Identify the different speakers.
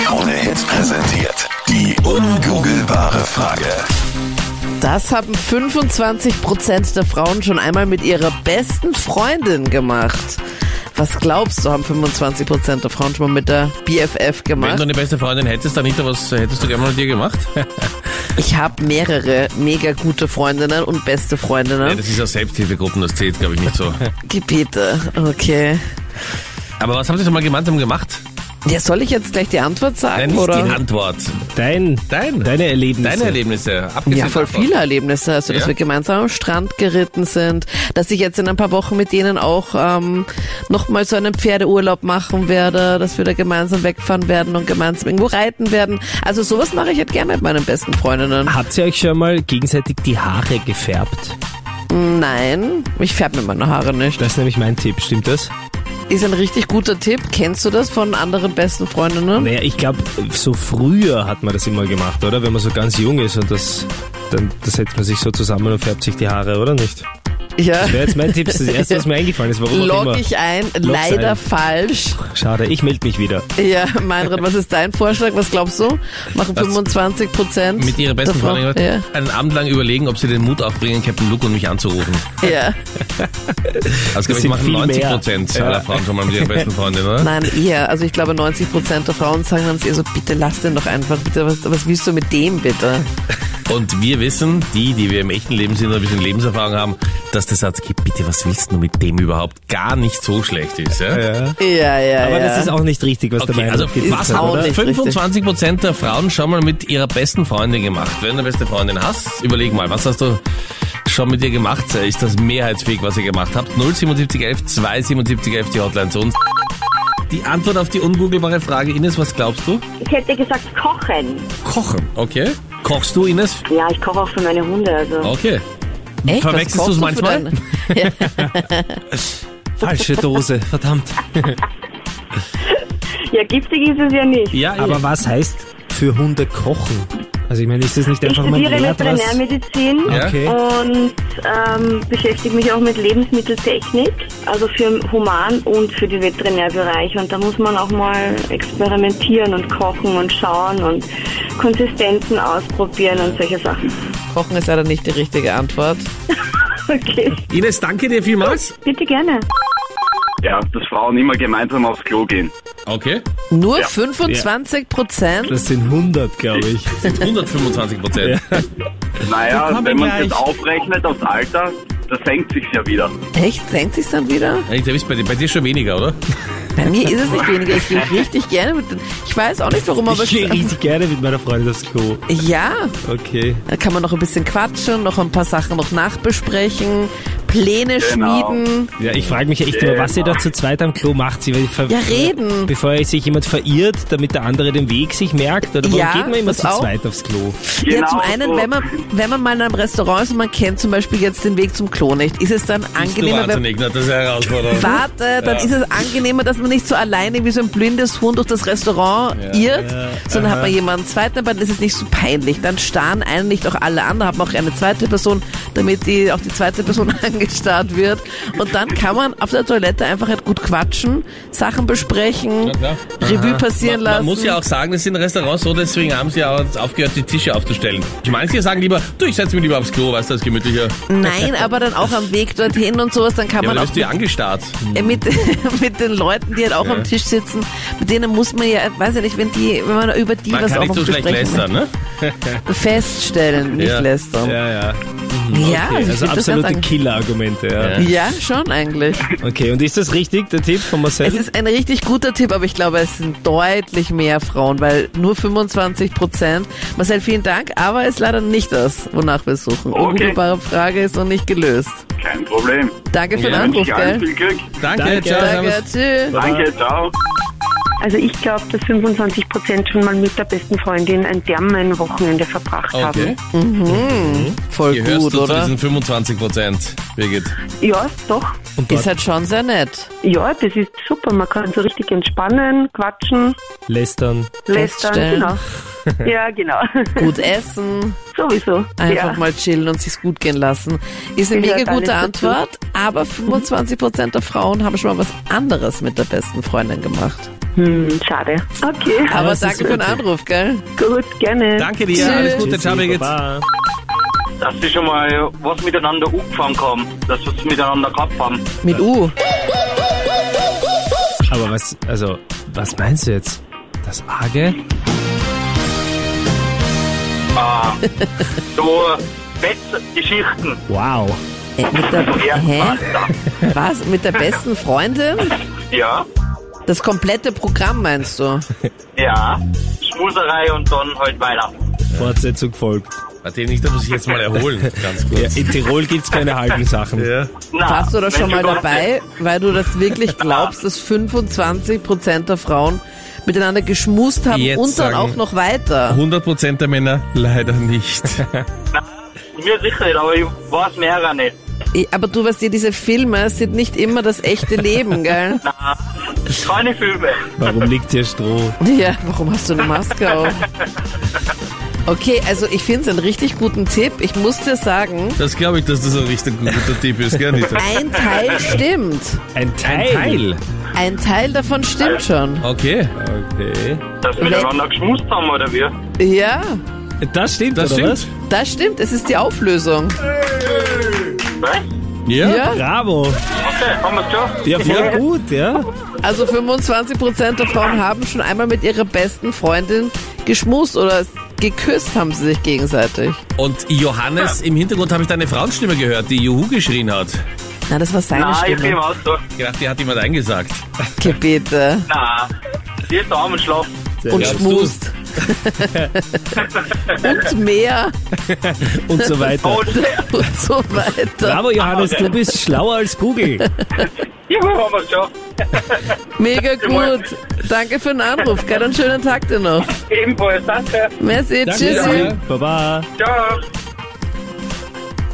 Speaker 1: Krone Hits präsentiert. Die ungoogelbare Frage.
Speaker 2: Das haben 25% der Frauen schon einmal mit ihrer besten Freundin gemacht. Was glaubst du, haben 25% der Frauen schon mal mit der BFF
Speaker 3: Wenn du
Speaker 2: gemacht?
Speaker 3: eine beste Freundin hättest, Anita, was hättest du gerne mal mit dir gemacht?
Speaker 2: Ich habe mehrere mega gute Freundinnen und beste
Speaker 3: ja,
Speaker 2: Freundinnen.
Speaker 3: das ist ja Selbsthilfegruppen, das zählt, glaube ich, nicht so.
Speaker 2: Gebete, okay.
Speaker 3: Aber was habt ihr schon mal gemeinsam gemacht?
Speaker 2: Ja, soll ich jetzt gleich die Antwort
Speaker 3: Nein,
Speaker 2: sagen?
Speaker 3: nicht die
Speaker 2: Oder?
Speaker 3: Antwort.
Speaker 4: Dein,
Speaker 3: Dein.
Speaker 4: deine Erlebnisse.
Speaker 3: Deine Erlebnisse. Abgesehen
Speaker 2: Ja, voll
Speaker 3: davon.
Speaker 2: viele Erlebnisse. Also, dass
Speaker 3: Ja?
Speaker 2: wir gemeinsam am Strand geritten sind, dass ich jetzt in ein paar Wochen mit denen auch ähm, nochmal so einen Pferdeurlaub machen werde, dass wir da gemeinsam wegfahren werden und gemeinsam irgendwo reiten werden. Also sowas mache ich halt gerne mit meinen besten Freundinnen.
Speaker 4: Habt ihr euch schon mal gegenseitig die Haare gefärbt?
Speaker 2: Nein, ich färbe mir meine Haare nicht.
Speaker 4: Das ist nämlich mein Tipp, stimmt das?
Speaker 2: Ist ein richtig guter Tipp. Kennst du das von anderen besten Freundinnen?
Speaker 4: Naja, ich glaube, so früher hat man das immer gemacht, oder? Wenn man so ganz jung ist und das, dann das setzt man sich so zusammen und färbt sich die Haare, oder nicht?
Speaker 2: Ja.
Speaker 4: Wäre jetzt mein Tipp, das erste, was mir eingefallen ist, warum auch
Speaker 2: Log
Speaker 4: immer.
Speaker 2: ich ein,
Speaker 4: Log's
Speaker 2: leider
Speaker 4: ein.
Speaker 2: falsch.
Speaker 4: Schade, ich melde mich wieder.
Speaker 2: Ja, Meinrad, was ist dein Vorschlag? Was glaubst du? Machen 25 Prozent.
Speaker 3: Mit ihrer besten Freundin
Speaker 2: Ja.
Speaker 3: gemacht? einen Abend lang überlegen, ob sie den Mut aufbringen, Captain Luke und mich anzurufen.
Speaker 2: ja.
Speaker 3: Also, glaube ich,
Speaker 4: sind
Speaker 3: machen
Speaker 4: viel
Speaker 3: 90
Speaker 4: mehr.
Speaker 3: Prozent
Speaker 4: Ja.
Speaker 3: aller Frauen schon mal mit ihrer besten Freundin, oder?
Speaker 2: Nein, eher. Also ich glaube, 90 Prozent der Frauen sagen dann eher so, bitte lass den doch einfach, bitte, was, was willst du mit dem bitte?
Speaker 3: Und wir wissen, die, die wir im echten Leben sind und ein bisschen Lebenserfahrung haben, dass der Satz, "Geh bitte, was willst du mit dem überhaupt, gar nicht so schlecht ist. Ja?
Speaker 2: Ja, ja, ja.
Speaker 4: Aber das ist auch nicht richtig, was
Speaker 3: Okay,
Speaker 4: der
Speaker 3: also
Speaker 4: Meinung gesagt
Speaker 3: was
Speaker 4: hat,
Speaker 2: auch
Speaker 4: oder?
Speaker 2: nicht. richtig.
Speaker 3: 25 Prozent der Frauen schon mal mit ihrer besten Freundin gemacht. Wenn du eine beste Freundin hast, überleg mal, was hast du schon mit ihr gemacht? Ist das mehrheitsfähig, was ihr gemacht habt? 07711 27711 die Hotline zu uns. Die Antwort auf die ungoogelbare Frage, Ines, was glaubst du?
Speaker 5: Ich hätte gesagt kochen.
Speaker 3: Kochen. Okay. Kochst du, Ines?
Speaker 5: Ja, ich koche auch für meine Hunde. Also.
Speaker 3: Okay.
Speaker 2: Echt? Was
Speaker 3: Verwechselst
Speaker 2: kochst
Speaker 3: du's
Speaker 2: für
Speaker 3: manchmal?
Speaker 2: deine-
Speaker 4: Falsche Dose, verdammt. Oh.
Speaker 5: Ja, giftig ist es ja nicht.
Speaker 3: Ja,
Speaker 4: Aber was heißt für Hunde kochen? Also ich meine, ist das nicht
Speaker 5: Ich
Speaker 4: einfach mal ein
Speaker 5: studiere
Speaker 4: Wert, was...
Speaker 5: Veterinärmedizin
Speaker 3: Ja.
Speaker 4: Okay.
Speaker 5: und ähm, beschäftige mich auch mit Lebensmitteltechnik, also für Human- und für den Veterinärbereich. Und da muss man auch mal experimentieren und kochen und schauen und Konsistenzen ausprobieren und solche Sachen.
Speaker 2: Kochen ist leider nicht die richtige Antwort.
Speaker 5: Okay,
Speaker 3: Ines, danke dir vielmals.
Speaker 5: bitte gerne.
Speaker 6: Ja, dass Frauen immer gemeinsam aufs Klo gehen.
Speaker 3: Okay.
Speaker 2: Nur 25 Prozent?
Speaker 4: Das sind 100, glaube ich.
Speaker 3: Sind 125 Prozent.
Speaker 6: Naja,
Speaker 4: kommen
Speaker 6: wenn man es
Speaker 4: gleich.
Speaker 6: jetzt aufrechnet aufs Alter, das senkt sich ja wieder.
Speaker 2: Echt? Senkt sich's dann wieder?
Speaker 3: Anita, wisst bei dir, bei dir schon weniger, oder?
Speaker 2: Bei mir ist es nicht weniger. Ich gehe richtig gerne mit den. Ich weiß auch nicht warum, aber
Speaker 4: Ich gehe
Speaker 2: es,
Speaker 4: richtig gerne mit meiner Freundin aufs Klo.
Speaker 2: ja,
Speaker 4: Okay.
Speaker 2: da kann man noch ein bisschen quatschen, noch ein paar Sachen noch nachbesprechen, Pläne
Speaker 6: Genau.
Speaker 2: schmieden.
Speaker 4: Ja, ich frage mich echt immer, was ihr da zu zweit am Klo macht. Sie, weil ich ver-
Speaker 2: Ja, reden.
Speaker 4: Bevor sich jemand verirrt, damit der andere den Weg sich merkt. Oder warum
Speaker 2: Ja,
Speaker 4: geht man immer
Speaker 2: das
Speaker 4: zu
Speaker 2: auch.
Speaker 4: zweit aufs Klo?
Speaker 2: ja, zum
Speaker 6: Genau
Speaker 2: einen,
Speaker 6: so.
Speaker 2: wenn man wenn man mal in einem Restaurant ist und man kennt zum Beispiel jetzt den Weg zum Klo nicht, ist es dann angenehmer, wenn
Speaker 3: du wahnsinnig, na, ne, das ist eine Herausforderung.
Speaker 2: Warte, dann
Speaker 3: Ja.
Speaker 2: ist es angenehmer, dass man nicht so alleine wie so ein blindes Huhn durch das Restaurant irrt, sondern hat man jemanden zweiten, aber dann ist es nicht so peinlich. Dann starren einen nicht auch alle an, da hat man auch eine zweite Person, damit die, auch die zweite Person angestarrt wird. Und dann kann man auf der Toilette einfach halt gut quatschen, Sachen besprechen,
Speaker 3: Na klar.
Speaker 2: Revue passieren
Speaker 3: man,
Speaker 2: lassen.
Speaker 3: Man muss ja auch sagen, das sind Restaurants so, deswegen haben sie ja auch aufgehört, die Tische aufzustellen. Manche sagen lieber, du, ich setze mich lieber aufs Klo, weißt du, das ist gemütlicher.
Speaker 2: Nein, aber dann auch am Weg dorthin und sowas, dann kann
Speaker 3: Ja, aber
Speaker 2: man
Speaker 3: du
Speaker 2: auch
Speaker 3: bist ja angestarrt.
Speaker 2: Äh, mit, mit den Leuten, die halt auch am Tisch sitzen, mit denen muss man ja, weiß ja nicht, wenn die, wenn man über die
Speaker 3: Man
Speaker 2: was
Speaker 3: kann
Speaker 2: auch
Speaker 3: nicht
Speaker 2: noch
Speaker 3: so schlecht
Speaker 2: besprechen möchte.
Speaker 3: lästern, ne?
Speaker 2: feststellen, nicht
Speaker 3: Ja.
Speaker 2: lästern. Ja,
Speaker 4: ja.
Speaker 2: ich
Speaker 4: also
Speaker 2: würd das ganz
Speaker 4: absolute
Speaker 2: sagen.
Speaker 4: Killer-Argumente, ja.
Speaker 2: Ja, schon eigentlich.
Speaker 4: Okay, und ist das richtig, der Tipp von
Speaker 2: Es
Speaker 4: Marcel?
Speaker 2: ist ein richtig guter Tipp, aber ich glaube, es sind deutlich mehr Frauen, weil nur 25 Prozent. Marcel, vielen Dank, aber ist leider nicht das, wonach wir suchen.
Speaker 6: Okay.
Speaker 2: Ungoogelbare Frage ist noch nicht gelöst.
Speaker 6: Kein Problem.
Speaker 2: Danke für den
Speaker 3: Ja,
Speaker 6: Wünsche
Speaker 2: Anruf,
Speaker 6: ich allen
Speaker 2: gell?
Speaker 6: viel Glück.
Speaker 3: Danke,
Speaker 4: Danke.
Speaker 3: ciao.
Speaker 2: Danke,
Speaker 3: servus.
Speaker 2: tschüss.
Speaker 6: Danke, ciao.
Speaker 7: Also ich glaube, dass 25 Prozent schon mal mit der besten Freundin ein Wochenende verbracht
Speaker 3: Okay,
Speaker 7: haben.
Speaker 2: Voll
Speaker 3: gehörst
Speaker 2: gut,
Speaker 3: du zu
Speaker 2: oder?
Speaker 3: diesen 25 Prozent, Birgit.
Speaker 7: Ja, doch.
Speaker 4: Und
Speaker 2: Ist
Speaker 4: dort
Speaker 2: halt schon sehr nett.
Speaker 7: Ja, das ist super. Man kann so richtig entspannen, quatschen,
Speaker 4: lästern.
Speaker 7: lästern.
Speaker 2: Feststellen.
Speaker 7: Genau. Ja, genau.
Speaker 2: Gut essen,
Speaker 7: Sowieso.
Speaker 2: einfach
Speaker 7: ja.
Speaker 2: mal chillen und sich's gut gehen lassen. Ist eine
Speaker 7: Gehört
Speaker 2: mega
Speaker 7: alles
Speaker 2: gute
Speaker 7: dazu.
Speaker 2: Antwort, aber 25 Prozent der Frauen haben schon mal was anderes mit der besten Freundin gemacht.
Speaker 7: Hm, schade. Okay,
Speaker 2: Aber
Speaker 4: es ist
Speaker 2: danke für den
Speaker 4: wirklich-
Speaker 2: Anruf, gell?
Speaker 7: gut, gerne.
Speaker 3: Danke dir,
Speaker 2: Tschüss.
Speaker 3: alles Gute, ciao,
Speaker 4: Tschüssi,
Speaker 3: Birgit.
Speaker 4: Baba.
Speaker 6: Dass sie schon mal was miteinander angefangen haben, dass sie es miteinander gehabt haben.
Speaker 2: Mit U.
Speaker 4: Aber was, also, was meinst du jetzt? Das Arge?
Speaker 6: Ah, so Bettgeschichten.
Speaker 4: Wow.
Speaker 2: Äh, Mit der,
Speaker 6: Ja,
Speaker 2: hä? Was? Mit der besten Freundin?
Speaker 6: Ja,
Speaker 2: Das komplette Programm meinst du?
Speaker 6: ja. Schmuserei und dann halt weiter.
Speaker 4: Fortsetzung folgt.
Speaker 3: Warte, nicht, da muss ich jetzt mal erholen, ganz
Speaker 4: Ja,
Speaker 3: kurz.
Speaker 4: in Tirol gibt's keine halben Sachen.
Speaker 3: Ja.
Speaker 6: Na,
Speaker 2: Warst du da schon
Speaker 6: Ah, wenn
Speaker 2: mal
Speaker 6: Gott-
Speaker 2: dabei, weil du das wirklich glaubst, dass 25% der Frauen miteinander geschmust haben
Speaker 3: Jetzt
Speaker 2: und dann
Speaker 3: sagen-
Speaker 2: auch noch weiter?
Speaker 3: 100% der Männer leider nicht.
Speaker 6: Na, mir sicher nicht, aber ich weiß mehrere nicht.
Speaker 2: Eh, Aber du weißt ja, diese Filme sind nicht immer das echte Leben, gell?
Speaker 6: Na, keine Filme.
Speaker 4: Warum liegt hier Stroh?
Speaker 2: Ja, warum hast du eine Maske auf? Okay, also ich finde es einen richtig guten Tipp. Ich muss dir sagen,
Speaker 3: Das glaube ich, dass das ein richtig guter Tipp ist, gell, Anita?
Speaker 2: ein Teil stimmt.
Speaker 4: Ein Teil.
Speaker 2: Ein Teil davon stimmt schon.
Speaker 3: Okay,
Speaker 4: Okay.
Speaker 6: Dass wir miteinander geschmust haben, oder wie?
Speaker 2: Ja,
Speaker 4: Das stimmt,
Speaker 3: das
Speaker 4: oder
Speaker 3: stimmt.
Speaker 2: das stimmt. Es ist die Auflösung.
Speaker 6: Was?
Speaker 3: Ja?
Speaker 4: was?
Speaker 2: Ja,
Speaker 4: Bravo.
Speaker 6: Okay, haben wir es geschafft?
Speaker 4: Ja, voll gut, ja.
Speaker 2: also 25% der Frauen haben schon einmal mit ihrer besten Freundin geschmust oder geküsst haben sie sich gegenseitig.
Speaker 3: Und Johannes, im Hintergrund habe ich deine Frauenstimme gehört, die Juhu geschrien hat.
Speaker 2: Na, das war seine
Speaker 6: Nein, ich bin im
Speaker 2: Stimme.
Speaker 6: Auto.
Speaker 3: Ich gedacht, die hat jemand eingesagt.
Speaker 2: Gebete.
Speaker 6: Na, die ist arm und schlaff.
Speaker 2: Und
Speaker 3: Glaubst
Speaker 2: schmust. und mehr
Speaker 4: Und so weiter.
Speaker 6: Und
Speaker 2: und so weiter.
Speaker 4: Bravo, Johannes, du bist schlauer als Google.
Speaker 6: juhu, haben wir es geschafft.
Speaker 2: Mega gut. Danke für den Anruf. Geil, einen schönen Tag dir noch.
Speaker 6: Ebenfalls, danke.
Speaker 2: Merci. Tschüssi.
Speaker 4: Baba.
Speaker 6: Ciao.